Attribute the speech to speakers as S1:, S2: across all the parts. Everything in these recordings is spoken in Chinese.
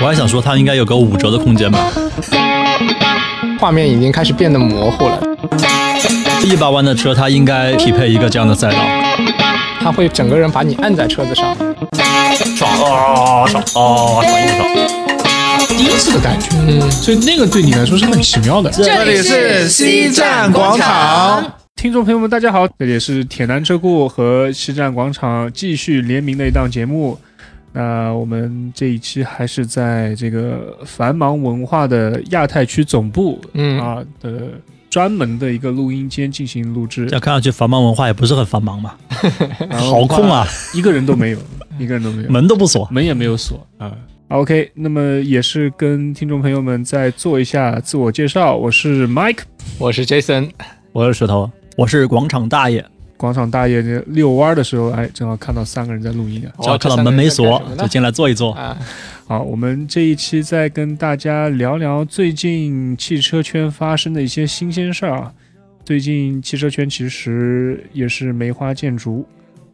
S1: 我还想说它应该有个五折的空间吧。
S2: 画面已经开始变得模糊了，
S1: 一八弯的车它应该匹配一个这样的赛道，
S2: 它会整个人把你按在车子上，
S3: 爽啊爽啊爽一爽！
S4: 第一次的感觉，嗯，所以那个对你来说是很奇妙的。
S5: 这里是西站广场。
S4: 听众朋友们，大家好，这里是铁南车库和西站广场继续联名的一档节目。那我们这一期还是在这个繁忙文化的亚太区总部，
S2: 嗯
S4: 啊的专门的一个录音间进行录制
S1: 这，样看上去繁忙文化也不是很繁忙嘛，
S4: 然后
S1: 好空啊，
S4: 一个人 都没有，一个人都没有，
S1: 门嗯都不锁。
S4: 门也没有锁啊。OK，那么也是跟听众朋友们再做一下自我介绍，我是 Mike，
S2: 我是 Jason，
S1: 我是石头，我是广场大爷，
S4: 广场大爷遛弯儿的时候，哎，正好看到三个人在录音
S6: 哦
S4: 啊。
S1: 只要看到门没锁就进来坐一坐。
S2: 啊，
S4: 好，我们这一期再跟大家聊聊最近汽车圈发生的一些新鲜事儿啊。最近汽车圈其实也是梅花见竹，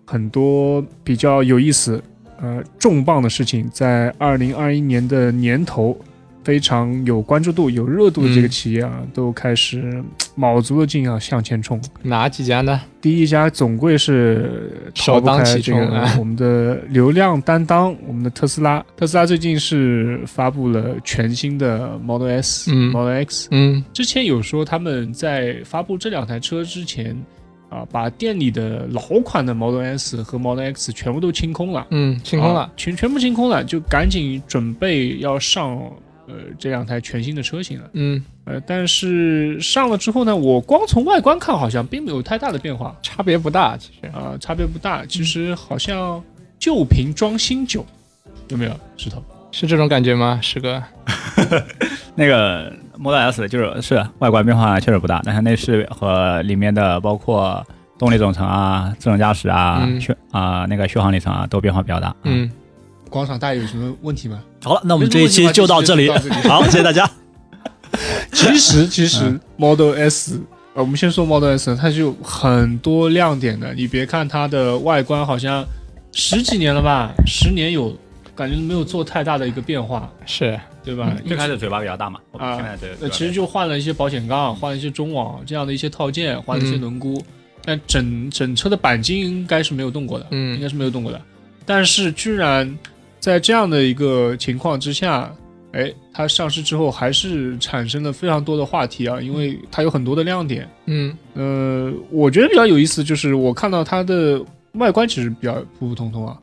S4: 很多比较有意思、呃重磅的事情，在二零二一年的年头，非常有关注度、有热度的这个
S2: 嗯
S4: 企业啊，都开始嘖卯足了劲啊向前冲。
S2: 哪几家呢？
S4: 第一家总归是逃
S2: 首
S4: 不
S2: 当
S4: 开
S2: 其
S4: 这个
S2: 冲啊
S4: 我们的流量担当，我们的特斯拉。特斯拉最近是发布了全新的 Model S、
S2: 嗯
S4: Model X。
S2: 嗯
S4: 之前有说他们在发布这两台车之前，啊，把店里的老款的 Model S 和 Model X 全部都清空了，
S2: 嗯，清空
S4: 啊
S2: 了，
S4: 全全部清空了，就赶紧准备要上呃这两台全新的车型了。
S2: 嗯，
S4: 呃，但是上了之后呢，我光从外观看好像并没有太大的变化。
S2: 差别不大，其实
S4: 啊、差别不大。其实好像旧瓶装新酒，有没有石头？
S2: 是这种感觉吗，师哥？
S6: 那个 Model S 就是是外观变化确实不大，但是内饰和里面的包括动力总成啊、自动驾驶啊、
S2: 嗯
S6: 续啊、那个续航里程啊都变化比较大。
S2: 嗯，
S4: 广场大爷有什么问题吗？
S1: 好了，那我们这一期就到这里
S4: 就
S6: 嗯
S4: 到这里，
S1: 好，谢谢 大家。
S4: 其实 其实 Model S，呃，我们先说 Model S，它是有很多亮点的。你别看它的外观好像十几年了吧，十年有，感觉没有做太大的一个变化，
S2: 是，
S4: 对吧？一
S6: 最嗯开始嘴巴比较大嘛，
S4: 啊
S6: 现在嘴
S4: 那其实就换了一些保险杠，换了一些中网这样的一些套件，换了一些
S2: 嗯
S4: 轮毂，但整整车的钣金应该是没有动过的，
S2: 嗯
S4: 应该是没有动过的。但是居然在这样的一个情况之下，哎，它上市之后还是产生了非常多的话题啊，因为它有很多的亮点。
S2: 嗯
S4: 呃，我觉得比较有意思就是我看到它的外观其实比较普普通通啊，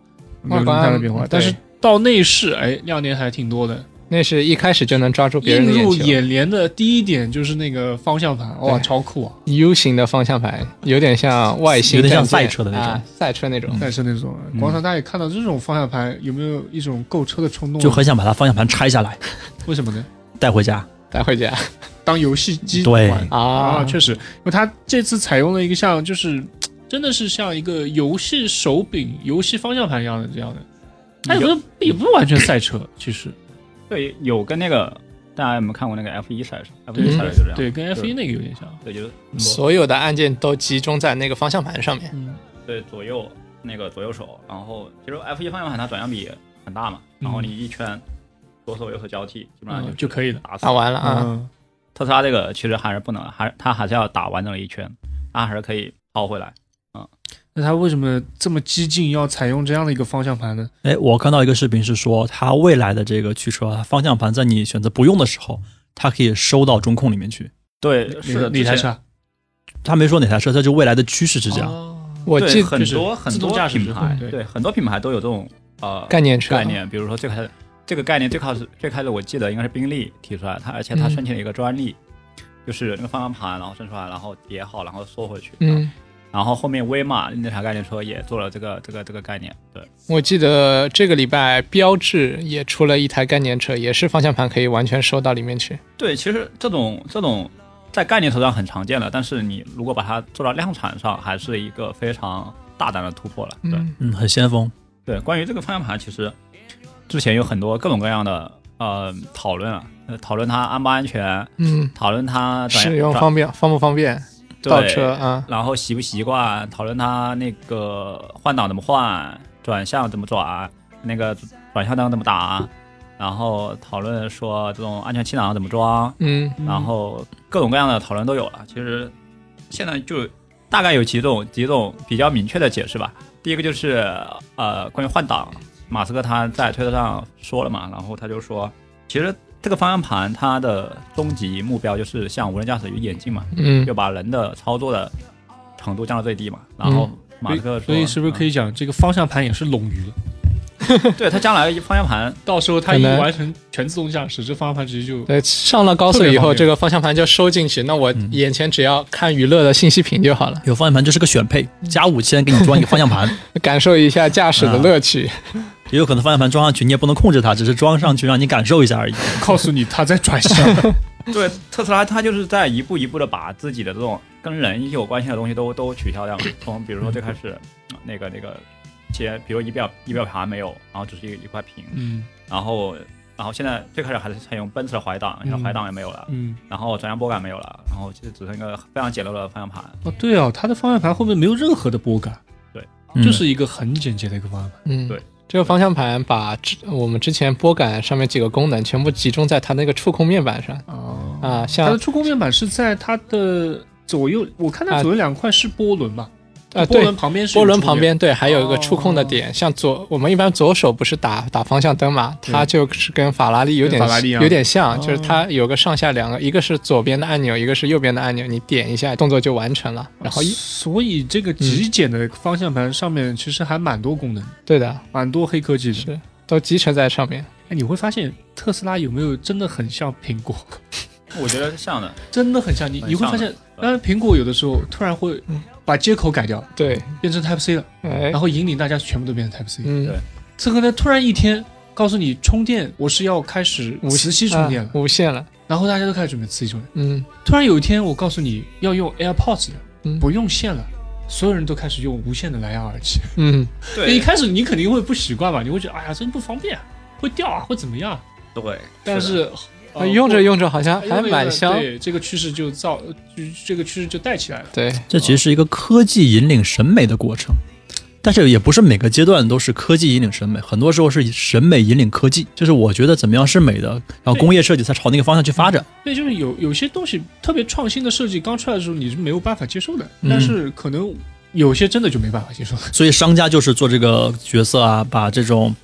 S4: 没有什么太大的变化
S2: 外观，
S4: 但是
S2: 对
S4: 到内饰，哎，亮点还挺多的。
S2: 那是一开始就能抓住别人的
S4: 映入
S2: 眼球
S4: 眼帘的第一点就是那个方向盘，哇，
S2: 对
S4: 超酷啊！
S2: ，U 型的方向盘，有点像外星
S1: 有
S2: 战舰，
S1: 点像赛车的那种
S2: 啊赛车那种。
S4: 但是那种
S2: 嗯
S4: 广场大爷看到这种方向盘，有没有一种购车的冲动呢？啊
S1: 就很想把它方向盘拆下来
S4: 为什么呢？
S1: 带回家。
S2: 带回家
S4: 当游戏机
S1: 对
S4: 玩啊，
S2: 啊，
S4: 确实，因为它这次采用了一个像就是真的是像一个游戏手柄、游戏方向盘一样的这样的，它也不也不完全 赛车，其实
S6: 对有跟那个大家有没有看过那个 F 一赛事？F
S4: 对
S6: 一赛事就
S1: 啊
S6: 这样，
S4: 对，跟 F 一那个有点像。
S6: 对，就是嗯
S2: 所有的按键都集中在那个方向盘上面。
S4: 嗯，
S6: 对左右那个左右手，然后其实 F 一方向盘它转向比很大嘛，
S1: 嗯
S6: 然后你一圈左手右手交替，基本上
S4: 嗯就可以了
S6: 打死
S2: 打完了啊，
S4: 嗯，
S6: 特斯拉这个其实还是不能，还它还是要打完整的一圈，它还是可以抛回来。
S4: 那它为什么这么激进，要采用这样的一个方向盘呢？
S1: 哎，我看到一个视频是说，它未来的这个汽车它方向盘在你选择不用的时候，它可以收到中控里面去。
S6: 对，是的，
S4: 哪台
S6: 之前
S4: 车啊？
S1: 他没说哪台车，它就未来的趋势是这样。
S4: 哦
S2: 我
S6: 对
S2: 记
S6: 很
S4: 就是
S6: 多很
S4: 自动
S6: 多
S4: 驾驶
S6: 品
S4: 之后
S6: 牌，
S4: 对
S6: 对很多品牌都有这种呃
S2: 概念车
S6: 概，念，比如说最开始这个概念最开始最开始我记得应该是宾利提出来的，它而且它
S2: 嗯
S6: 申请了一个专利，就是那个方向盘，然后伸出来，然后叠好，然后缩回去。
S2: 嗯，
S6: 然后后面威马那台概念车也做了这个这个这个概念，对，
S2: 我记得这个礼拜标致也出了一台概念车，也是方向盘可以完全收到里面去。
S6: 对，其实这种这种在概念车上很常见的，但是你如果把它做到量产上，还是一个非常大胆的突破了。对、
S2: 嗯
S1: 嗯，很先锋。
S6: 对，关于这个方向盘，其实之前有很多各种各样的呃讨论啊，呃讨论它安不安全，
S2: 嗯，
S6: 讨论它转
S2: 使用
S6: 转
S2: 方便方不方便？倒
S6: 对
S2: 车啊，
S6: 然后习不习惯，讨论它那个换挡怎么换，转向怎么转，那个转向灯怎么打，然后讨论说这种安全气囊怎么装，
S2: 嗯
S6: 然后各种各样的讨论都有了。其实现在就大概有几种几种比较明确的解释吧。第一个就是呃，关于换挡，马斯克他在推特上说了嘛，然后他就说，其实这个方向盘它的终极目标就是向无人驾驶与眼镜嘛，
S2: 嗯
S6: 就，把人的操作的程度降到最低嘛。然后马斯克说，
S4: 嗯所以是不是可以讲这个方向盘也是冗余的？
S6: 以？对他将来方向盘
S4: 到时候它一
S2: 可能
S4: 完成全自动驾驶，这方向盘直 接就
S2: 对，上了高速以
S4: 特别方
S2: 后，
S4: 便
S2: 这个方向盘就收进去，那我
S6: 嗯
S2: 眼前只要看娱乐的信息屏就好了，
S5: 有方向盘就是个选配，
S4: 嗯
S5: 加五千给你装一个方向盘，
S2: 感受一下驾
S6: 啊
S2: 驶的乐趣。
S5: 也有可能方向盘装上去你也不能控制它，只是装上去让你感受一下而已。
S4: 告诉你它在转向。
S6: 对特斯拉，它就是在一步一步的把自己的这种跟人有关系的东西都都取消掉了。从比如说最开始呃那个那个切，比如仪表仪表盘没有，然后只是一个一块屏，
S4: 嗯
S6: 然后然后现在最开始还是采用奔驰的怀档，现在怀档也没有了，
S4: 嗯，
S6: 然后转向拨杆没有了，然后就只剩一个非常简陋的方向盘。
S4: 哦对哦，它的方向盘后面没有任何的拨杆，就
S5: 嗯
S4: 是一个很简洁的一个方向盘。
S2: 嗯，
S6: 对。
S2: 这个方向盘把之我们之前拨杆上面几个功能全部集中在它那个触控面板上
S4: 哦，
S2: 啊，
S4: 它的
S2: 像
S4: 触控面板是在它的左右，我看它
S2: 啊
S4: 左右两块是波轮吧？
S2: 啊，
S4: 波
S2: 对
S4: 轮，旁边是有
S2: 波轮
S4: 触控
S2: 旁
S4: 面
S2: 边对，还有一
S4: 哦
S2: 个触控的点，像左我们一般左手不是打打方向灯嘛，
S4: 对
S2: 它就是跟法拉利有点
S4: 跟法拉利一样
S2: 有点像，
S4: 哦
S2: 就是它有个上下两个，一个是左边的按钮，一个是右边的按钮，你点一下动作就完成了。然后一
S4: 啊
S2: 嗯
S4: 所以这个极简的方向盘上面其实还蛮多功能，
S2: 对的，
S4: 蛮多黑科技的。
S2: 是都集成在上面。
S4: 哎，你会发现特斯拉有没有真的很像苹果？
S6: 我觉得是像的，
S4: 真的很像你，
S6: 很
S4: 你会
S6: 像
S4: 发
S6: 的
S4: 现，
S6: 对
S4: 当然苹果有的时候突然会把接口改掉，
S2: 对，
S4: 变成 Type C 了，
S2: 嗯哎
S4: 嗯然，后引领大家全部都变成 Type C。
S2: 嗯
S6: 对，
S4: 这个呢，突然一天告诉你充电，我是要开始
S2: 无
S4: 磁吸充电
S2: 啊
S4: 了，
S2: 无线了，
S4: 然后大家都开始准备磁吸充电。
S2: 嗯，
S4: 突然有一天，我告诉你要用 AirPods 了，
S2: 嗯
S4: 不用线了。所有人都开始用无线的蓝牙耳机，
S2: 嗯，
S4: 一
S6: 对
S4: 开始你肯定会不习惯吧？你会觉得哎呀，真不方便，会掉啊，会怎么样？
S6: 对，
S4: 但是呃
S2: 啊用着
S4: 会
S2: 用着好像
S4: 用
S2: 还
S4: 着用
S2: 蛮
S4: 着
S2: 香。
S4: 对，这个趋势就造，就这个趋势就带起来了。
S2: 对，
S5: 这其实是一个科技引领审美的过程，但是也不是每个阶段都是科技引领审美，很多时候是审美引领科技，就是我觉得怎么样是美的，然后工业设计才朝那个方向去发展。
S4: 对，就是有有些东西特别创新的设计刚出来的时候，你是没有办法接受的，
S5: 嗯
S4: 但是可能有些真的就没办法接受了。
S5: 所以商家就是做这个角色啊，把这种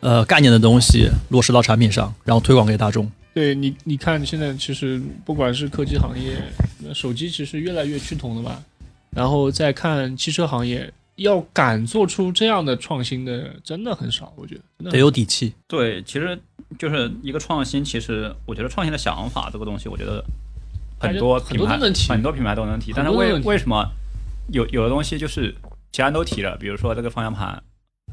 S5: 呃概念的东西落实到产品上，然后推广给大众。
S4: 对你，你看现在其实不管是科技行业，那手机其实越来越趋同了吧，然后再看汽车行业，要敢做出这样的创新的，真的很少，我觉得真的
S5: 得有底气。
S6: 对，其实就是一个创新。其实我觉得创新的想法这个东西，我觉得很多
S4: 大家
S6: 品牌
S4: 很多都能提
S6: 很多品牌都能提。
S4: 很
S6: 但是
S4: 多都
S6: 为
S4: 能提
S6: 为什么有有的东西就是其他人都提了，比如说这个方向盘，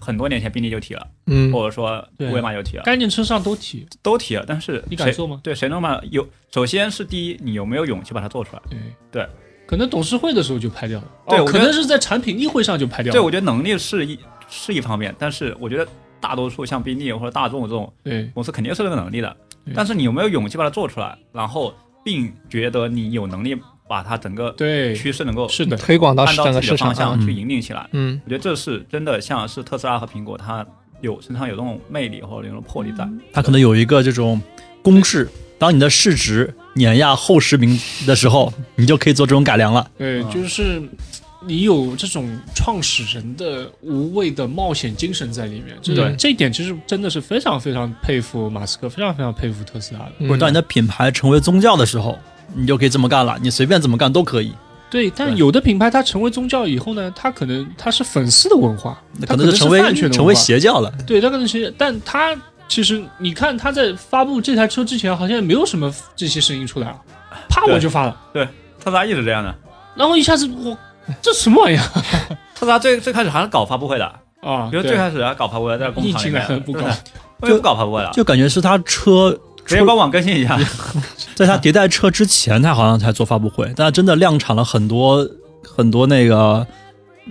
S6: 很多年前宾利就提了，
S2: 嗯，
S6: 或者说
S4: 对
S6: 威马就提了，
S4: 概念车上都提，
S6: 都提了。但是
S4: 你敢
S6: 谁
S4: 做吗？
S6: 对谁能把有？首先是第一，你有没有勇气把它做出来？
S4: 对
S6: 对，
S4: 可能董事会的时候就拍掉了，
S6: 对
S4: 哦
S6: 我觉
S4: 可
S6: 得
S4: 能是在产品例会上就拍掉了，
S6: 对，我觉得能力是一是一方面，但是我觉得大多数像宾利或者大众这种
S4: 对
S6: 公司肯定是有这个能力的
S4: 对，
S6: 但是你有没有勇气把它做出来，然后并觉得你有能力把它整个
S4: 对
S6: 趋势能够
S4: 是的，
S2: 推广到
S6: 按
S2: 整
S6: 到
S2: 个
S6: 自己的
S2: 市
S6: 方
S2: 场上。
S6: 向去
S5: 嗯
S6: 引领起来。
S2: 嗯，
S6: 我觉得这是真的，像是特斯拉和苹果，它有身上有这种魅力或者有这种魄力在。
S5: 它可能有一个这种公式，当你的市值碾压后十名的时候，你就可以做这种改良了。
S4: 对，就是你有这种创始人的无畏的冒险精神在里面，这
S2: 对
S4: 这一点其实真的是非常非常佩服马斯克，非常非常佩服特斯拉的。
S2: 嗯
S5: 或者当你的品牌成为宗教的时候，你就可以这么干了，你随便怎么干都可以。
S4: 对，但
S5: 对
S4: 有的品牌它成为宗教以后呢，它可能它是粉丝的文化，
S5: 那
S4: 它
S5: 可能就成为
S4: 饭圈的文化
S5: 成为邪教了。
S4: 对，它可能是，但它其实你看它在发布这台车之前，好像也没有什么这些声音出来啊，啪
S6: 对
S4: 我就发了，
S6: 特斯拉一直这样的，
S4: 然后一下子我这什么玩意儿
S6: 特斯拉最最开始还是搞发布会的，
S4: 啊？
S6: 比如最
S4: 对
S6: 开始还搞发布会，在工
S4: 疫
S6: 厂里
S4: 情来
S6: 面
S4: 了不搞
S6: 对，为什么搞发布会了？
S5: 就感觉是他车
S6: 啊直接官网更新一下，
S5: 在他迭代车之前，他好像才做发布会，但他真的量产了很多很多那个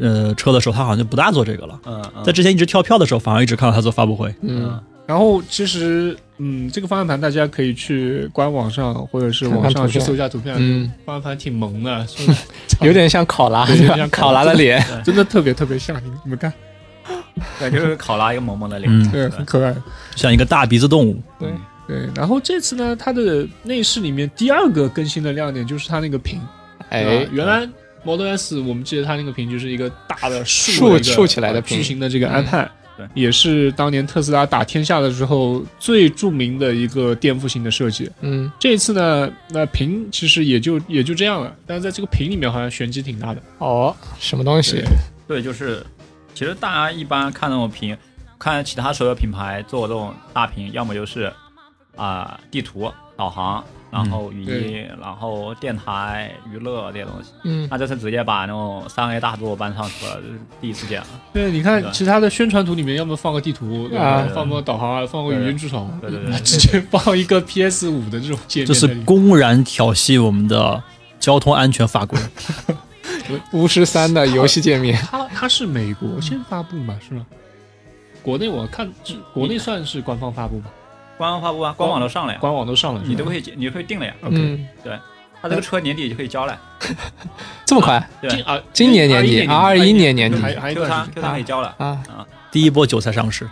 S5: 呃车的时候，他好像就不大做这个了。
S6: 嗯，嗯
S5: 在之前一直跳票的时候，反而一直看到他做发布会。
S2: 嗯，
S6: 呃
S4: 然后其实，嗯，这个方向盘大家可以去官网上或者是网上去搜一下图片。
S2: 嗯，
S4: 方向盘挺萌的，是
S2: 有点像考拉，
S4: 有
S2: 对
S4: 点
S2: 吧
S4: 像考
S2: 考拉的脸。
S4: 真的特别特别像。你们看，
S6: 对，就是考拉一个萌萌的脸，
S5: 嗯
S4: 对，很可爱。
S5: 像一个大鼻子动物，
S4: 对，然后这次呢，它的内饰里面第二个更新的亮点就是它那个屏，对
S2: 哎
S4: 吧，原来 Model S 我们记得它那个屏就是一个大的
S2: 竖
S4: 竖的一个
S2: 竖起来的屏
S4: 巨型的这个
S2: 嗯
S4: iPad，
S6: 对
S4: 也是当年特斯拉打天下的时候最著名的一个颠覆性的设计。
S2: 嗯，
S4: 这次呢，那屏其实也就也就这样了，但是在这个屏里面好像玄机挺大的。
S2: 哦，什么东西
S4: 对？
S6: 对，就是其实大家一般看那种屏，看其他手游品牌做这种大屏，要么就是啊、地图、导航，然后语音，然后电台、娱乐这些东西。
S2: 嗯，
S6: 那这次直接把那种三 A 大作搬上去了，这是第一次见了。啊
S4: 对，你看
S6: 对
S4: 其他的宣传图里面，要么放个地图，
S2: 啊
S4: 要么放个导航啊，放个语音助手，
S6: 对对对对
S4: 直接放一个 PS 五的这种界面
S5: 这
S4: 在
S5: 是
S4: 里面。
S5: 公然挑衅我们的交通安全法 规。
S2: 巫师三的游戏界面，
S4: 它它是美国先发布嘛，是吗？国内我看，是国内算是官方发布吧，
S6: 官方发布啊，官网都上了呀，
S4: 官网都上了，
S6: 你都可以你可以定了呀。
S4: 嗯，
S2: 嗯，
S6: 它这个车年底就可以交了呀，
S2: 这么快？
S6: 对
S4: 今啊，
S2: 今年年底，二一年年底
S4: 还还一
S6: Q
S4: 段
S6: 叉
S4: 时间
S6: Q 叉可以交了。
S2: 啊，
S5: 第一波韭菜上市，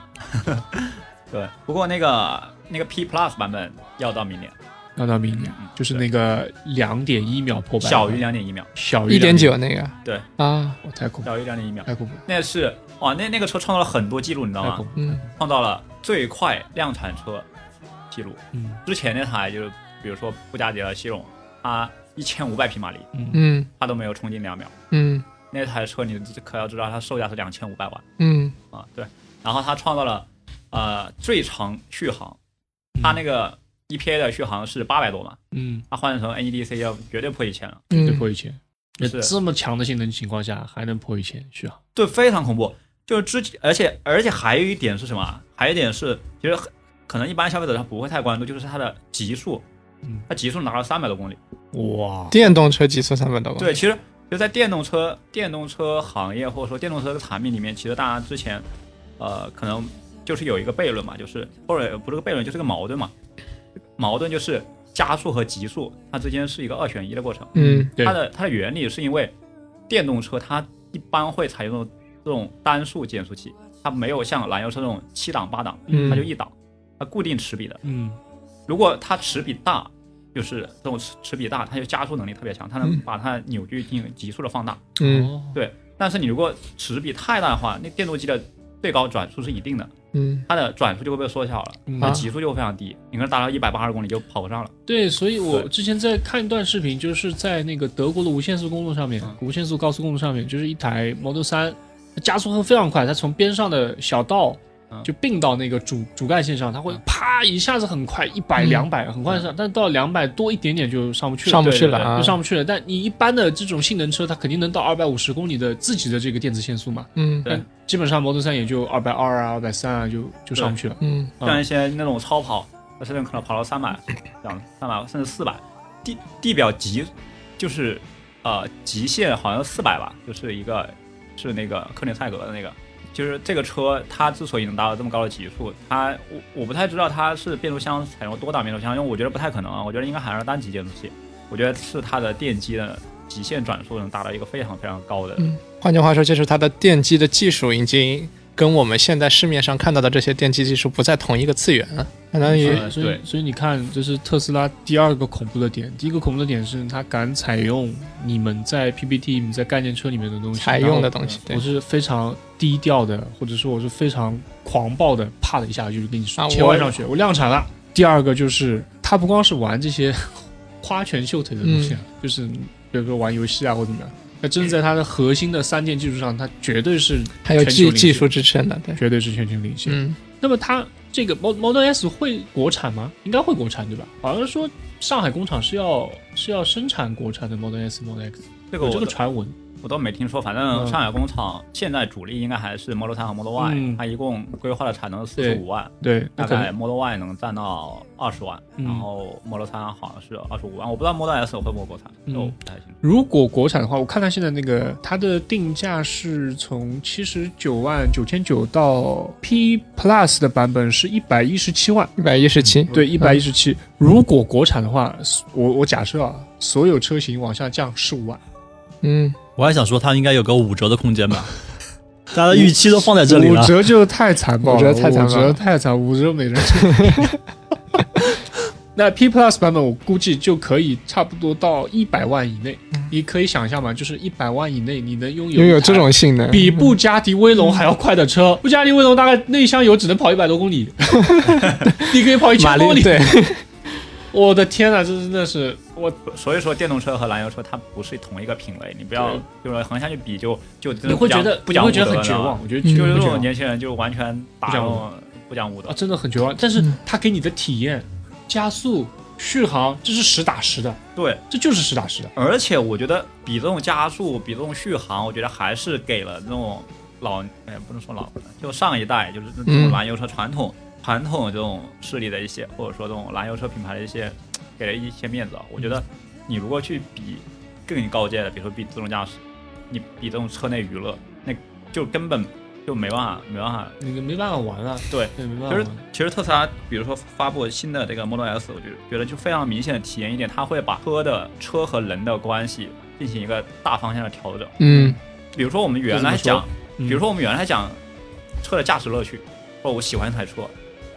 S6: 对，不过那个那个 P Plus 版本要到明年，
S4: 要到明年，
S6: 嗯
S4: 就是
S6: 对
S4: 那个两点一秒破百，
S6: 小于两点一秒，
S4: 小于
S2: 一点
S4: 2.1，
S2: 九那个，
S6: 对
S2: 啊，
S4: 哇哦太恐怖，
S6: 小于两点一秒，
S4: 太恐怖，
S6: 那是哇，那那个车创造了很多记录，你知道
S4: 太
S6: 吗
S4: 恐？怖，
S2: 嗯，
S6: 创造了最快量产车记录。
S4: 嗯
S6: 之前那台就是，比如说布加迪的西戎，它一千五百匹马力，
S2: 嗯
S6: 它都没有冲进两秒。
S2: 嗯
S6: 那台车你可要知道，它售价是两千五百万
S2: 嗯，
S6: 啊，对。然后它创造了呃最长续航，它那个 EPA 的续航是八百多嘛，
S4: 嗯，
S6: 它换成 NEDC 要绝对破一千了，
S4: 对
S2: 嗯
S4: 破一千，
S6: 是
S4: 这么强的性能情况下还能破一千，续航，
S6: 对，非常恐怖。就是之前，而且而且还有一点是什么啊？还有一点是，其实很可能一般消费者他不会太关注，就是它的极速
S4: 嗯，
S6: 它极速拿了三百多公里。
S4: 哇，
S2: 电动车极速三百多公里，
S6: 对，其实就在电动车电动车行业或者说电动车的产品里面，其实大家之前呃可能就是有一个悖论嘛，就是或者不是个悖论，就是个矛盾嘛。矛盾就是加速和极速它之间是一个二选一的过程。
S2: 嗯
S4: 对
S6: 它的它的原理是因为电动车它一般会采用这种单速减速器，它没有像燃油车那种七档八档，
S2: 嗯
S6: 它就一档，它固定齿比的。
S4: 嗯，
S6: 如果它齿比大，就是这种齿齿比大，它就加速能力特别强，它能把它的扭矩进行急速的放大。
S2: 嗯
S4: 哦
S6: 但是你如果齿比太大的话，那电动机的最高转速是一定的，
S2: 嗯，
S6: 它的转速就会被缩小了，
S4: 嗯
S6: 那极速就会非常低，你可能达到一百八十公里就跑不上了。
S4: 对，所以我
S6: 对
S4: 之前在看一段视频，就是在那个德国的无限速公路上面，
S6: 嗯
S4: 无限速高速公路上面，就是一台 Model 3，它加速会非常快，它从边上的小道
S6: 嗯
S4: 就并到那个主主干线上，它会啪一下子很快，一百
S2: 嗯
S4: 两百很快上，但到两百多一点点就上不去了，
S2: 上不去
S6: 对
S2: 了
S6: 对对
S2: 啊
S4: 就，上不去了。但你一般的这种性能车，它肯定能到二百五十公里的自己的这个电子限速嘛，
S2: 嗯
S6: 对
S4: 基本上 Model 3也就二百二啊、二百三啊，就就上不去了。
S2: 嗯
S4: 嗯
S6: 像一些那种超跑，它甚至可能跑到三百，这样三百甚至四百，地地表极就是呃极限好像四百吧，就是一个是那个克林塞格的那个，就是这个车它之所以能达到这么高的极速，它我我不太知道它是变速箱采用多档变速箱，因为我觉得不太可能啊，我觉得应该还是单级变速器，我觉得是它的电机的极限转速能达到一个非常非常高的，
S2: 嗯，换句话说，就是它的电机的技术已经跟我们现在市面上看到的这些电机技术不在同一个次元了，相当于
S4: 所以，所以
S6: 对，
S4: 所以你看，这是特斯拉第二个恐怖的点。第一个恐怖的点是它敢采用你们在 PPT、你们在概念车里面的东西，
S2: 采用的东西，
S4: 然后
S2: 对
S4: 我。是非常低调的，或者说我是非常狂暴的，啪的一下就是跟你
S2: 啊
S4: 说
S2: 我
S4: 切换上去，我量产了。第二个就是它不光是玩这些 花拳绣腿的东西啊，
S2: 嗯
S4: 就是比如说玩游戏啊或者怎么样，它真的在它的核心的三件技术上，它绝对是
S2: 还有
S4: 全球
S2: 技
S4: 领先
S2: 技术支撑的，对，
S4: 绝对是全球领先。
S2: 嗯，
S4: 那么它这个 Mod- Model S 会国产吗？应该会国产对吧？好像说上海工厂是要是要生产国产的 Model S、Model X，
S6: 这个
S4: 有
S6: 我
S4: 这
S6: 都
S4: 个传闻。
S6: 我都没听说，反
S4: 嗯
S6: 正上海工厂现在主力应该还是 Model 3和 Model Y，、
S4: 嗯
S6: 它一共规划的产能四
S4: 对
S6: 十五万，
S4: 对，那
S6: 大
S4: 可
S6: 概
S4: 能
S6: Model Y 能占到二十万，
S4: 嗯
S6: 然后 Model 3好像是二十五万，我不知道 Model S 会不会国产，
S4: 嗯
S6: 这我不太清楚。
S4: 如果国产的话，我看它现在那个它的定价是从七十九万九千九到 P Plus 的版本是一百一十七万，
S2: 一百一十七，
S4: 嗯
S6: 嗯
S4: 对，一百一十七。如果国产的话，我我假设啊，所有车型往下降十五万。
S2: 嗯，
S5: 我还想说它应该有个五折的空间吧，大家的预期都放在这里
S4: 五
S5: 了。
S4: 折就太残暴了，
S2: 五折太残暴
S4: 五
S2: 了
S4: 折太惨，五折每人挣。 那 P Plus 版本我估计就可以差不多到一百万以内，你可以想象嘛，就是一百万以内你能拥有
S2: 拥有
S4: 一台
S2: 这种性能，
S4: 比布加迪威龙还要快的车。布加迪威龙大概那一箱油只能跑一百多公里， 你可以跑一
S2: 马
S4: 千公
S2: 力
S4: 里。
S2: 对，
S4: 我的天啊呐，这真的是我
S6: 所以说电动车和燃油车它不是同一个品类，你不要就是横向去比就就真的
S4: 你会
S6: 不讲
S4: 觉得
S6: 呃不讲
S4: 你会
S6: 武
S4: 觉
S6: 德
S4: 得很
S6: 了
S4: 绝望，我觉得
S2: 嗯
S4: 绝
S6: 就是
S4: 会
S6: 这
S4: 绝望
S6: 种年轻人就完全打
S4: 不讲武
S6: 那种不讲武德
S4: 啊，，真的很绝望。但是它给你的体验、加速、续航，这是实打实的，
S6: 对。
S4: 这就是实打实的。
S6: 而且我觉得比这种加速、比这种续航，我觉得还是给了那种老，哎呀，不能说老，就上一代就是这
S2: 嗯
S6: 种燃油车传统、 传统这种势力的一些，或者说这种燃油车品牌的一些，给了一些面子啊。我觉得你如果去比更高阶的，比如说比自动驾驶，你比这种车内娱乐，那就根本就没办法，没办法
S4: 你没办法玩了，
S6: 对，
S4: 对，没办
S6: 其实
S4: 法玩。啊
S6: 其实特斯拉，比如说发布新的这个 Model S，我觉得觉得就非常明显的体验一点，它会把车的车和人的关系进行一个大方向的调整。
S2: 嗯，
S6: 比如说我们原来
S4: 这怎
S6: 讲，
S4: 么说嗯
S6: 比如说我们原来讲车的驾驶乐趣，或者我喜欢一台车，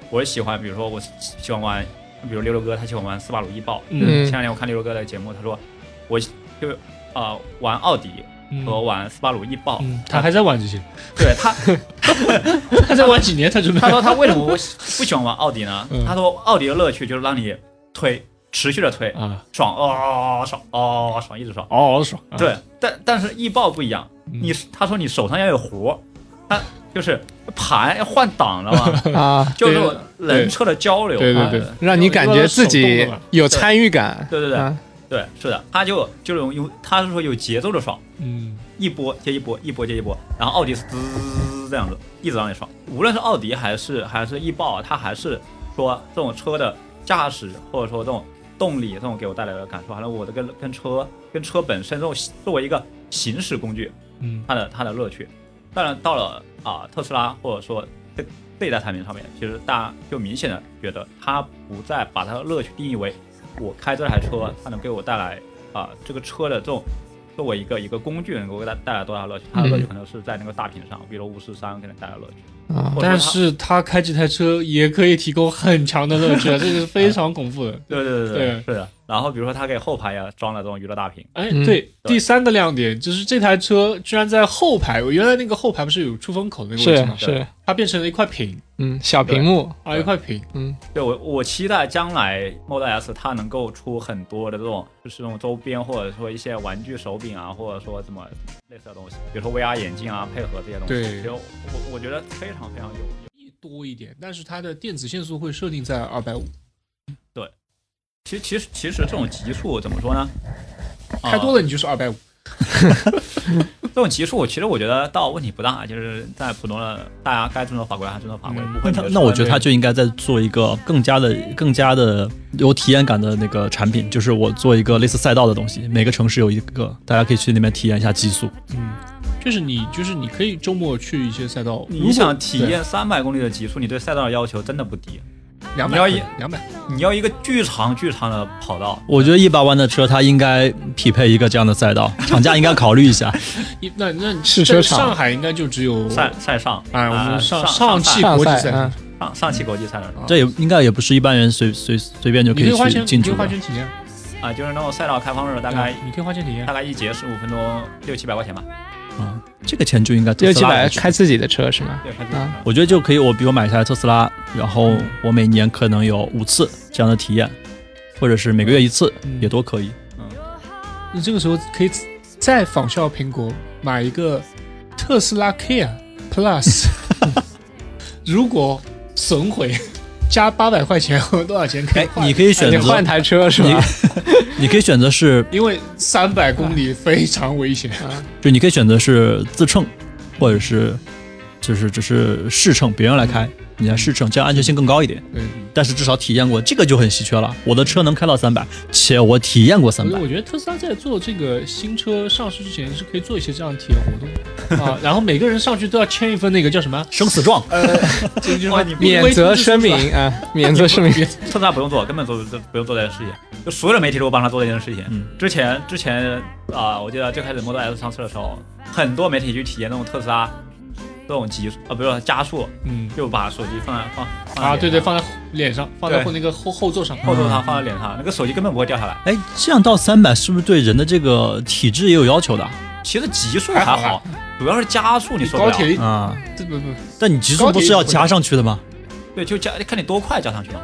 S6: 我喜欢，比如说我喜喜欢玩，比如六六哥他喜欢玩斯巴鲁翼豹。
S2: 嗯
S6: 前两天我看六六哥的节目，他说我就是啊、呃玩奥迪和
S4: 嗯，
S6: 玩斯巴鲁翼豹，
S4: 嗯，他还在玩这些，
S6: 对他
S4: 他再玩几年，他准 备
S6: 他说他为什么不不喜欢玩奥迪呢？
S2: 嗯
S6: 他说奥迪的乐趣就是让你推，持续的推，
S2: 嗯
S4: 啊，
S6: 爽哦爽哦爽，一直爽。
S4: 嗷嗷爽。啊，
S2: 嗯
S6: 对，但但是易爆不一样，你他说你手上要有活，他就是盘要换挡了 嘛，
S2: 啊，
S6: 就是那种人车的交流。
S2: 对对
S6: 啊
S2: 对，让你感觉自己有参与感。
S6: 对对对
S2: 啊
S6: 对，是的，他就就是有有他是说有节奏的爽，
S4: 嗯，
S6: 一波接一波，一波接一波，然后奥迪是滋这样子，一直让你爽。无论是奥迪还是还是易豹，它还是说这种车的驾驶或者说这种动力，这种给我带来的感受，还有我的跟跟车跟车本身这种作为一个行驶工具，
S4: 嗯，
S6: 它的它的乐趣。当然到了啊、特斯拉或者说这这一代产品上面，其实大家就明显的觉得它不再把它的乐趣定义为我开这台车，它能给我带来啊、这个车的这种作为一个一个工具能给我带带来多大乐趣，它的乐趣可能是在那个大屏上，比如五十三给你带来乐趣。
S2: 啊
S6: 或者说它
S4: 但是他开这台车也可以提供很强的乐 趣，啊，这个是非常恐怖的。
S6: 对对对
S4: 对
S6: 是的。然后比如说它给后排也装了这种娱乐大屏，
S4: 哎，
S2: 嗯
S4: 对，第三个亮点就是这台车居然在后排，我原来那个后排不是有出风口的那个位置
S2: 是
S4: 吗？
S2: 是，
S4: 它变成了一块屏
S2: 嗯，小屏幕，
S4: 啊，一块屏，
S6: 对我我期待将来 Model S 它能够出很多的这种就是这种周边或者说一些玩具手柄啊，或者说怎么类似的东西，比如说 VR 眼镜啊，配合这些东西。
S4: 对
S6: 其实我我我觉得非常非常有用。
S4: 多一点，但是它的电子限速会设定在二百五，
S6: 其实其实其实这种级数怎么说呢？
S4: 开多
S6: 了、
S4: 了你就是二百五。
S6: 这种级数，其实我觉得倒问题不大，就是在普通的大家该遵守法规还是遵守法规，不会觉
S5: 嗯那
S4: 嗯
S5: 他
S6: 得
S5: 那我觉得
S6: 说
S5: 他就应该再做一个更加的、更加的有体验感的那个产品，就是我做一个类似赛道的东西，每个城市有一个，大家可以去那边体验一下极速。
S4: 嗯，就是你就是你可以周末去一些赛道，
S6: 你想体验三百公里的极速，你对赛道的要求真的不低。
S4: 两百
S6: 你要一
S4: 两百，
S6: 你要一个巨长巨长的跑道，
S5: 我觉得一百万的车，它应该匹配一个这样的赛道，厂家应该考虑一 下。
S4: 一那那
S2: 试车场
S4: 在上海应该就只有
S6: 赛赛上
S4: 哎我们
S6: 呃
S4: 上
S6: 上
S4: 上
S6: 汽
S4: 汽
S2: 上
S4: 国际
S2: 赛
S4: 赛
S2: 啊，
S6: 上上汽国际赛道
S5: 这也应该也不是一般人随随随便就
S4: 你可以花
S5: 去
S4: 钱，
S5: 进
S4: 你可
S5: 去
S4: 以花
S5: 的。
S4: 钱体验，
S6: 啊，就是那种赛道开放日，大概
S4: 嗯你可以花钱体验
S6: 大。概一节十五分钟，六七百块钱吧，
S5: 啊，这个钱就应该特
S2: 六
S5: 斯
S2: 七
S5: 拉来
S2: 百
S5: 出
S2: 开自己的车是吗？
S6: 对，开
S4: 嗯
S2: 啊
S5: 我觉得就可以，我比如买一台特斯拉，然后我每年可能有五次这样的体验，或者是每个月一次
S4: 嗯
S5: 也都可以。
S4: 你这个时候可以再仿效苹果买一个特斯拉 K 啊 Plus，如果损毁加八百块钱 或多少钱可以
S5: 哎，
S4: 换？
S5: 你可以
S2: 哎
S5: 选
S2: 你
S5: 择
S2: 换台车是吧？
S5: 你可以选择是，
S4: 因为三百公
S6: 啊
S4: 里非常危险，啊
S5: 就你可以选择是自乘，或者是就是只是试乘，别人来开，你来试乘，这样安全性更高一点。
S4: 对，
S5: 但是至少体验过，这个就很稀缺了。我的车能开到三百，且我体验过三
S4: 所以
S5: 百。
S4: 我觉得特斯拉在做这个新车上市之前是可以做一些这样的体验活动啊，然后每个人上去都要签一份那个叫什么？
S5: 生死状，
S4: 这个叫什么
S6: 哇你
S2: 免责声明啊，免责声明。
S6: 特斯拉不用做，根本做不用做这件事情，就所有的媒体都帮他做这件事情。
S5: 嗯
S6: 之前之前啊、我记得最开始 Model S 上市的时候，很多媒体去体验那种特斯拉这种极啊，不是加速，
S4: 嗯
S6: 就把手机放在放放在
S4: 啊，对
S6: 脸
S4: 对，
S6: 上
S4: 放在脸上，放在
S6: 对
S4: 后那个后后座上，
S6: 后头它放在脸上，那个手机根本不会掉下来。
S5: 哎，这样到三百是不是对人的这个体质也有要求的
S6: 其实极速还好，
S4: 还好
S6: 主要是加速你受不
S4: 高
S6: 了。
S4: 铁一
S5: 啊？
S4: 这不不
S5: 但你极速不是要加上去的吗？
S6: 对，就加看你多快加上去嘛。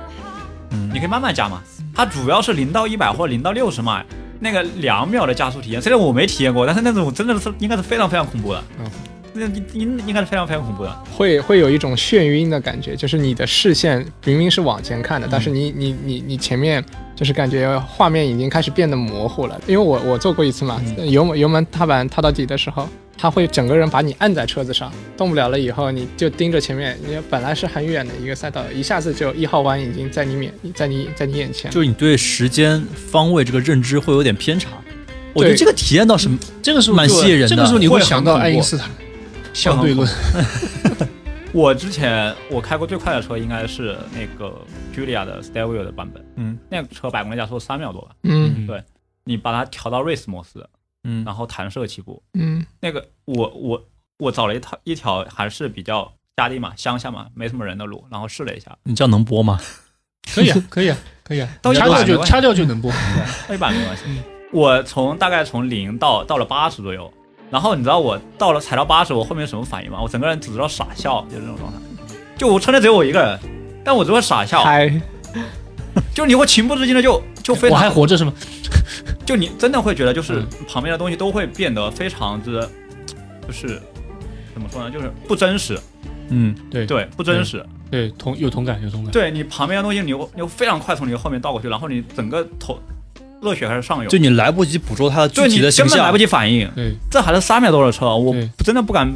S5: 嗯
S6: 你可以慢慢加嘛。它主要是零到一百或零到六十迈，那个两秒的加速体验，虽然我没体验过，但是那种真的是应该是非常非常恐怖的。
S4: 嗯
S6: 那应应该是非常非常恐怖的。
S2: 会会有一种眩晕的感觉，就是你的视线明明是往前看的，但
S4: 嗯
S2: 是你你你你前面就是感觉画面已经开始变得模糊了。因为我我做过一次嘛，
S4: 嗯
S2: 油门油门踏板踏到底的时候，它会整个人把你按在车子上，动不了了以后，你就盯着前面，你本来是很远的一个赛道，一下子就一号弯已经在你面在你在你眼前了。
S5: 就是你对时间方位这个认知会有点偏差。我觉
S2: 对
S5: 得这个体验倒是
S4: 这个时候
S5: 蛮
S4: 就
S5: 吸引人的
S4: 这个时候你
S6: 会
S4: 会
S6: 很
S4: 想到
S6: 恐怖
S4: 爱因斯坦相对论，
S6: 我之前我开过最快的车应该是那个 Julia 的 Stairwheel 的版本，
S5: 嗯，
S6: 那个车百公里加速三秒多吧。
S2: 嗯
S6: 对你把它调到 race 模式，
S5: 嗯
S6: 然后弹射起步，
S2: 嗯
S6: 那个我我我找了一套一条还是比较家里嘛乡下嘛没什么人的路，然后试了一下，
S5: 你这样能播吗？
S4: 可以啊，可以啊，可以啊，
S6: 到一
S4: 掐
S6: 百
S4: 掉
S6: 没
S4: 就
S6: 关系
S4: 掐掉就能播，
S6: 到一百没关系。
S5: 嗯
S6: 我从大概从零到到了八十左右，然后你知道我到了踩到八十，我后面有什么反应吗？我整个人只知道傻笑，就是这种状态。
S5: 嗯
S6: 就我车内只有我一个人，但我只会傻笑，
S2: 嗨，
S6: 就是你会情不自禁的就就非
S4: 我还
S6: 常，
S4: 活着是吗？
S5: 嗯
S6: 就你真的会觉得就是旁边的东西都会变得非常之，就是怎么说呢，就是不真实，
S5: 嗯，
S4: 对
S6: 对，不真实。
S4: 对，同有同感有同感，
S6: 对你旁边的东西，你又你又非常快从你后面倒过去，然后你整个头热血开始上涌，
S5: 就你来不及捕捉它的具
S6: 对
S5: 体
S6: 你
S5: 的形
S6: 根本
S5: 象，
S6: 来不及反应。
S4: 对，
S6: 这还是三秒多的车，我
S4: 对
S6: 真的不敢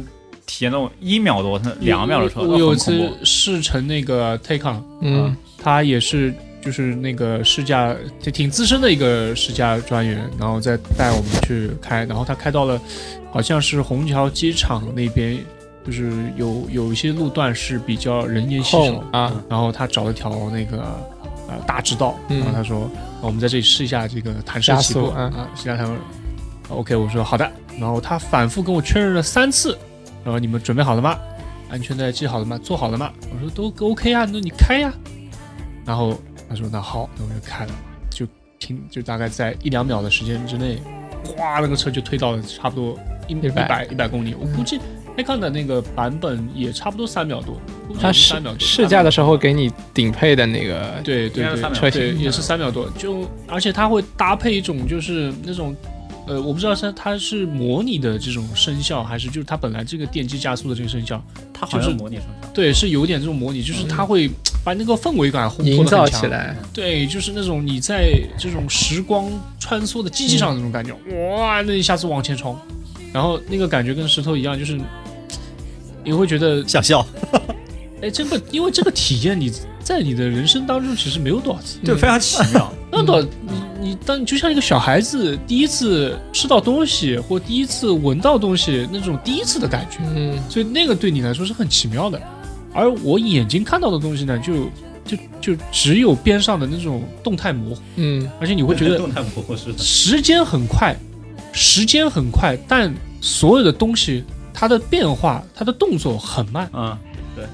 S6: 体验那种一秒多、甚至两秒的车，
S4: 我我有一
S6: 很恐怖
S4: 次试乘那个 Taycan，
S2: 嗯
S4: 他也是就是那个试驾，挺挺资深的一个试驾专员，然后再带我们去开，然后他开到了好像是虹桥机场那边，就是有有一些路段是比较人烟稀
S2: 空
S4: 少，
S2: 啊，
S4: 然后他找了条那个呃大直道，
S2: 嗯
S4: 然后他说、那我们在这里试一下这个弹射
S2: 加
S4: 起步
S2: 速嗯
S4: 啊，试一下弹射。OK，我说好的，然后他反复跟我确认了三次，然后你们准备好了吗？安全带系好了吗？做好了吗？我说都 OK 啊，那你开呀、然后他说那好，那我就开了，就停，就大概在一两秒的时间之内，哗，那个车就推到了差不多一一百一百公里。我
S2: 嗯
S4: 估计 Taycan 的那个版本也差不多三秒多，估计
S2: 它
S4: 也是
S2: 试
S4: 三秒多。
S2: 试驾的时候给你顶配的那个
S4: 对对
S6: 应该是三
S4: 对，
S6: 秒
S2: 车
S4: 对
S2: 型，
S4: 也是三秒多，就而且它会搭配一种就是那种，呃，我不知道是它是模拟的这种声效，还是就是它本来这个电机加速的这个声效，
S6: 它好
S4: 就
S6: 像
S4: 是
S6: 模拟成像。
S4: 对，是有点这种模拟，
S6: 嗯
S4: 就是它会把那个氛围感烘托得
S2: 营
S4: 很
S2: 造
S4: 强
S2: 起，来，
S4: 对，就是那种你在这种时光穿梭的机器上的那种感
S2: 嗯
S4: 觉，哇，那一下子往前冲，然后那个感觉跟石头一样，就是你会觉得
S5: 想笑。
S4: 哎，这个因为这个体验你在你的人生当中其实没有多少次。
S6: 就非常奇妙，
S4: 那倒，你你当你就像一个小孩子第一次吃到东西或第一次闻到东西那种第一次的感觉，
S2: 嗯，
S4: 所以那个对你来说是很奇妙的。而我眼睛看到的东西呢，就就就只有边上的那种动态模糊，
S2: 嗯，
S4: 而且你会觉得
S6: 动态模糊是的，
S4: 时间很快，时间很快，但所有的东西它的变化、它的动作很慢。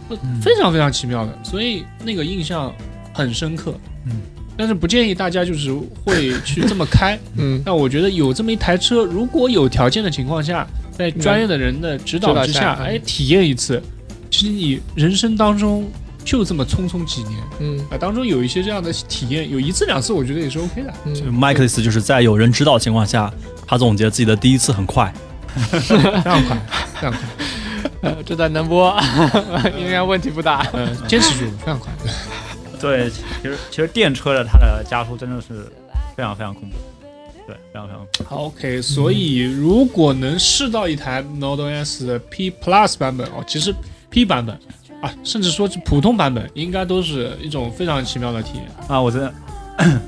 S6: 嗯，
S4: 非常非常奇妙的，所以那个印象很深刻。
S5: 嗯，
S4: 但是不建议大家就是会去这么开。
S2: 嗯，
S4: 那我觉得有这么一台车，如果有条件的情况下，在专业的人的指导之
S2: 指导
S4: 下
S2: 下，
S4: 哎，体验一次，其实你人生当中就这么匆匆几年
S2: 嗯
S4: 啊，当中有一些这样的体验，有一次两次，我觉得也是 OK 的。
S5: 就
S2: 嗯，
S5: Mike 的意思就是在有人知道的情况下，他总结自己的第一次很快。
S4: 非常快，
S2: 呃这段能播， 应该问题不大。
S4: 呃，坚持住，非常快。
S6: 对，其实其实电车的它的加速真的是非常非常恐怖，对，非常非常恐怖。
S4: 好 OK，所以如果能试到一台 Model S 的 P Plus 版本哦，其实 P 版本啊，甚至说是普通版本，应该都是一种非常奇妙的体验。
S6: 啊，我真的，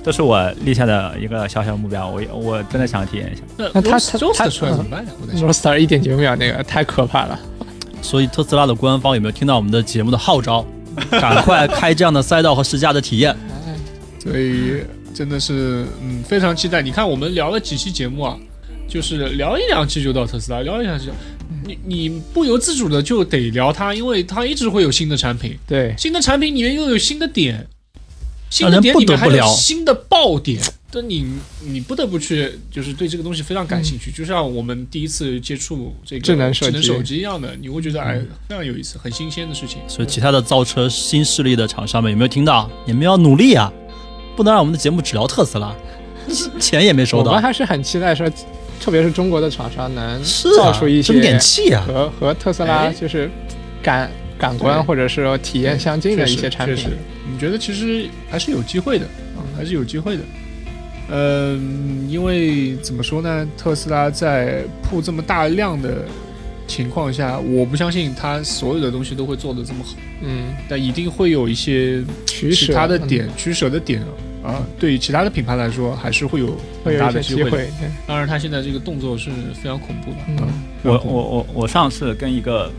S6: 这是我立下的一个小小目标，我我真的想体验一下。
S4: 那
S2: 那它
S4: Rose-
S2: 它
S4: Rose
S2: 它
S4: 出来怎么办呀？我在想，
S2: Roadster 一点九秒那个太可怕了，
S5: 所以特斯拉的官方有没有听到我们的节目的号召？赶快开这样的赛道和试驾的体验。
S4: 所以真的是嗯，非常期待。你看我们聊了几期节目啊，就是聊一两期就到特斯拉，聊一两期就。你你不由自主的就得聊它，因为它一直会有新的产品，
S2: 对，
S4: 新的产品里面又有新的点，新
S5: 让
S4: 的
S5: 人
S4: 点
S5: 不
S4: 里
S5: 得
S4: 面还
S5: 不
S4: 有
S5: 聊
S4: 新的爆点，但你你不得不去就是对这个东西非常感兴趣，就像我们第一次接触这个
S2: 智能手机
S4: 机一样的，你会觉得哎非常有意思，很新鲜的事情。
S5: 所以其他的造车新势力的厂商们有没有听到？你们要努力啊，不能让我们的节目只聊特斯拉， 钱也没收
S2: 我们
S5: 到，
S2: 还是很期待说，特别是中国的厂商能
S5: 是
S2: 造
S5: 啊，
S2: 出一些
S5: 争点气 啊。
S2: 和和特斯拉就是感感官或者是说体验相近的一些产
S4: 确
S2: 品
S4: 实。，你觉得其实还是有机会的啊，还是有机会的。嗯，因为怎么说呢，特斯拉在铺这么大量的情况下，我不相信它所有的东西都会做得这么好，
S2: 嗯，
S4: 但一定会有一些
S2: 取
S4: 其
S2: 舍
S4: 他的
S2: 嗯
S4: 点、取舍的点啊。对于其他的品牌来说，还是会有
S2: 会
S4: 很
S2: 有
S4: 大
S2: 一
S4: 的
S2: 些
S4: 机
S2: 机
S4: 会的。
S2: 会。对
S4: 当然，它现在这个动作是非常恐怖的啊
S2: 嗯，
S6: 我
S4: 非常恐怖
S6: 我我我上次跟一个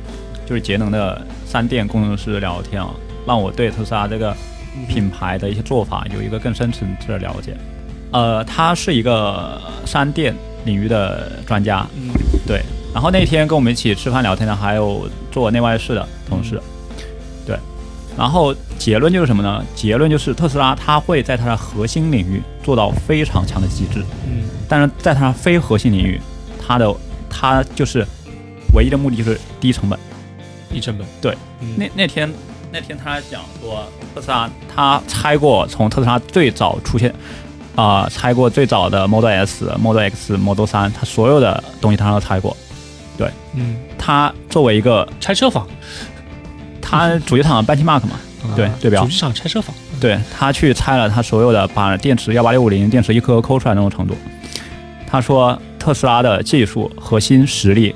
S6: 就是节能的三电工程师聊天啊，让我对特斯拉这个
S4: 嗯
S6: 品牌的一些做法有一个更深层次的了解。呃，他是一个三电领域的专家，
S4: 嗯
S6: 对。然后那天跟我们一起吃饭聊天的还有做内外事的同事，对。然后结论就是什么呢？结论就是特斯拉它会在它的核心领域做到非常强的极致，
S4: 嗯，
S6: 但是在它非核心领域，它的它就是唯一的目的就是低成本。
S4: 低成本
S6: 对，
S4: 嗯
S6: 那那天那天他讲说特斯拉，他拆过从特斯拉最早出现啊、拆过最早的 Model S、Model X、Model 3，它所有的东西他都拆过。
S4: 嗯
S6: 它作为一个
S4: 拆车坊，
S6: 它主机厂的 benchmark 嘛，对对标
S4: 啊主机厂拆车坊，
S6: 对他去拆了他所有的，把电池幺八六五零电池一颗颗抠出来那种程度。他说特斯拉的技术核心实力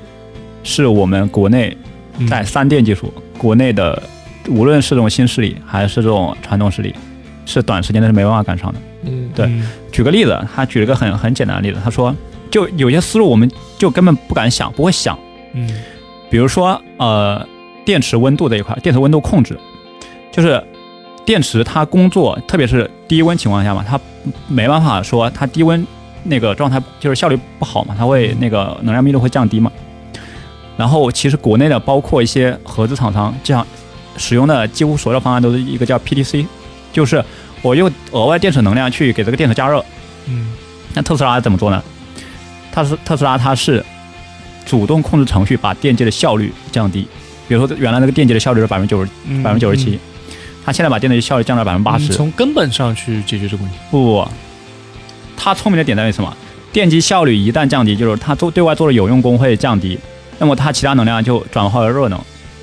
S6: 是我们国内
S4: 嗯
S6: 在三电技术，国内的无论是这种新势力还是这种传统势力，是短时间内是没办法赶上的。
S2: 嗯，
S6: 对
S4: 嗯
S6: 举个例子，他举了一个很很简单的例子，他说就有些思路我们就根本不敢想，不会想。
S4: 嗯
S6: 比如说呃，电池温度这一块，电池温度控制，就是电池它工作，特别是低温情况下嘛，它没办法说它低温那个状态就是效率不好嘛，它会那个能量密度会降低嘛。然后其实国内的包括一些合资厂商，这样使用的几乎所有方案都是一个叫 PTC，就是我用额外电池能量去给这个电池加热，
S4: 嗯
S6: 那特斯拉怎么做呢？它是特斯拉，它是主动控制程序把电机的效率降低。比如说原来那个电机的效率是百分之九十
S4: 嗯
S6: 百分之九十七，它现在把电机效率降到百分之八
S4: 嗯
S6: 十。
S4: 从根本上去解决这个问题。
S6: 不不不，它聪明的点在于什么？电机效率一旦降低，就是它做对外做的有用功会降低，那么它其他能量就转化为热能，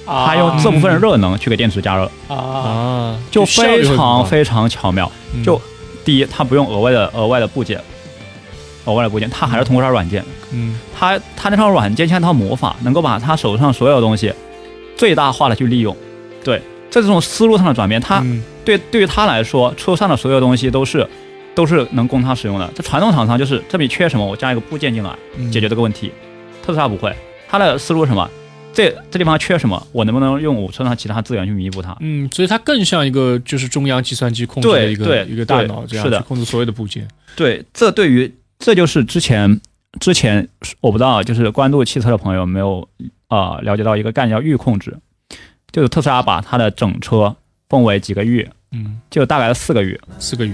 S6: 它用这部分热能去给电池加热，
S2: 啊，
S4: 啊，
S6: 就
S4: 效
S6: 非
S4: 率会很高
S6: 常非常巧妙。
S4: 嗯
S6: 就第一，它不用额外的额外的部件，额外的部件，它还是通过它的软件。
S4: 嗯
S6: 它它那套软件像一套魔法，能够把它手上所有东西最大化的去利用。对，这种思路上的转变，它
S4: 嗯
S6: 对对于它来说，车上的所有东西都是都是能供它使用的。这传统厂商就是这里缺什么，我加一个部件进来
S4: 嗯
S6: 解决这个问题。特斯拉不会，它的思路是什么？这这地方缺什么，我能不能用我车上其他资源去弥补它？
S4: 嗯，所以它更像一个就是中央计算机控制的
S6: 对
S4: 一个
S6: 对
S4: 一个大脑
S6: 对
S4: 这样
S6: 是的
S4: 去控制所有的部件。
S6: 对，这对于这就是之前之前我不知道，就是关注汽车的朋友有没有啊、呃了解到一个概念叫预控制，就是特斯拉把它的整车分为几个域，
S4: 嗯，
S6: 就大概是四个域。
S4: 四个月，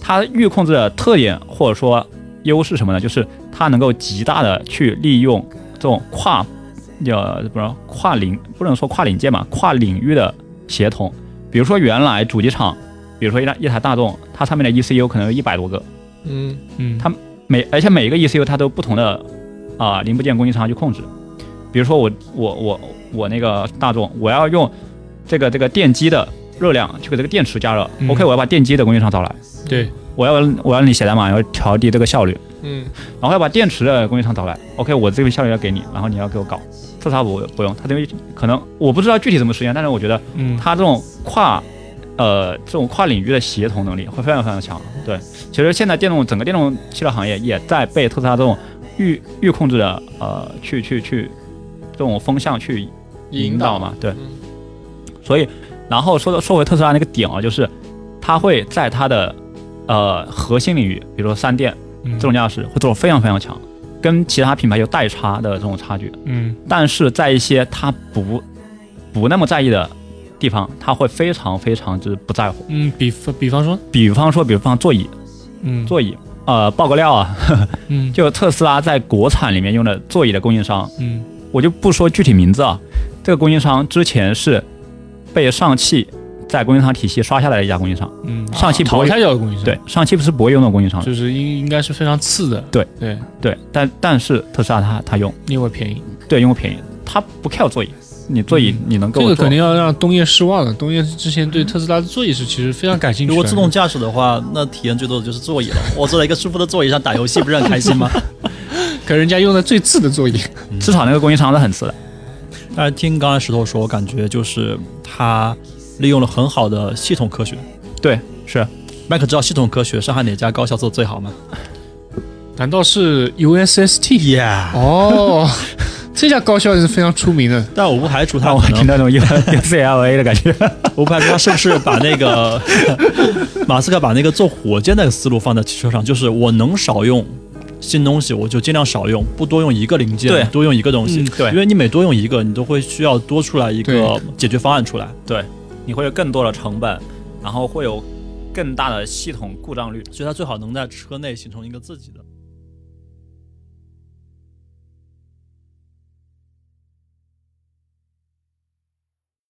S6: 它预控制的特点或者说优势是什么呢？就是它能够极大的去利用这种跨呃不是跨领不能说跨领界嘛，跨领域的协同。比如说原来主机厂，比如说一台一台大众，它上面的 ECU 可能有一百多个，
S2: 嗯，
S4: 嗯，
S6: 它每而且每一个 ECU 它都有不同的啊、零部件供应商去控制。比如说我我我我那个大众，我要用这个这个电机的热量去给这个电池加热、
S4: 嗯
S6: o k 我要把电机的供应商找来，
S4: 对，
S6: 我要我要你写代码要调低这个效率，
S2: 嗯，
S6: 然后要把电池的供应商找来，OK 我这个效率要给你，然后你要给我搞。特斯拉不不用，它等于可能我不知道具体怎么实现，但是我觉得
S4: 嗯，
S6: 它这种跨呃这种跨领域的协同能力会非常非常强。对，其实现在电动整个电动汽车行业也在被特斯拉这种预预控制的呃去去去这种风向去引导嘛，对。
S2: 嗯
S6: 所以，然后说到说回特斯拉那个点啊，就是它会在它的呃核心领域，比如说三电
S4: 嗯
S6: 自动驾驶会做得非常非常强。跟其他品牌有代差的这种差距。
S4: 嗯
S6: 但是在一些他不不那么在意的地方，他会非常非常之不在乎。
S4: 嗯，比方比方说，
S6: 比方说，比方座椅，
S4: 嗯
S6: 座椅，呃，爆个料啊，
S4: 嗯
S6: 就特斯拉在国产里面用的座椅的供应商，
S4: 嗯
S6: 我就不说具体名字啊，这个供应商之前是被上汽在供应商体系刷下来的一家供应商，
S4: 嗯，
S6: 上汽不
S4: 淘
S6: 会
S4: 汰掉的供应商，
S6: 对，上汽是不会用这种供应商的，
S4: 就是应应该是非常次的，
S6: 对
S4: 对，
S6: 对，但但是特斯拉它它用，
S4: 因为便宜，
S6: 对，因为便宜，它不 care 座椅，你座椅
S4: 嗯
S6: 你能给
S4: 这
S6: 我
S4: 个
S6: 做嗯
S4: 肯，定要让东叶失望了。东叶之前对特斯拉的座椅是其实非常感兴趣
S5: 如
S4: 的，
S5: 果自动驾驶的话，那体验最多的就是座椅 了。我坐在一个舒服的座椅上打游戏，不是很开心吗？
S4: 可人家用的最次的座椅，
S6: 至少那个供应商是很次的，
S5: 但是听刚才石头说，我感觉就是他利用了很好的系统科学。
S6: 对，是
S5: 麦克知道系统科学上海哪家高校做的最好吗
S4: 难道是 USST？
S5: ？Yeah，
S4: 哦， 这家高校是非常出名的。
S5: 但我不排除他
S6: 让我
S5: 可能
S6: 听到那种 U C L A 的感觉。
S5: 我不排除他是不是把那 个马斯克把那个做火箭的思路放在汽车上，就是我能少用新东西，我就尽量少用，不多用一个零件，
S6: 对
S5: 多用一个东西，
S6: 嗯对
S5: 因为你每多用一个，你都会需要多出来一个
S4: 对
S5: 解决方案出来。
S6: 你会有更多的成本，然后会有更大的系统故障率。
S5: 所以它最好能在车内形成一个自己的。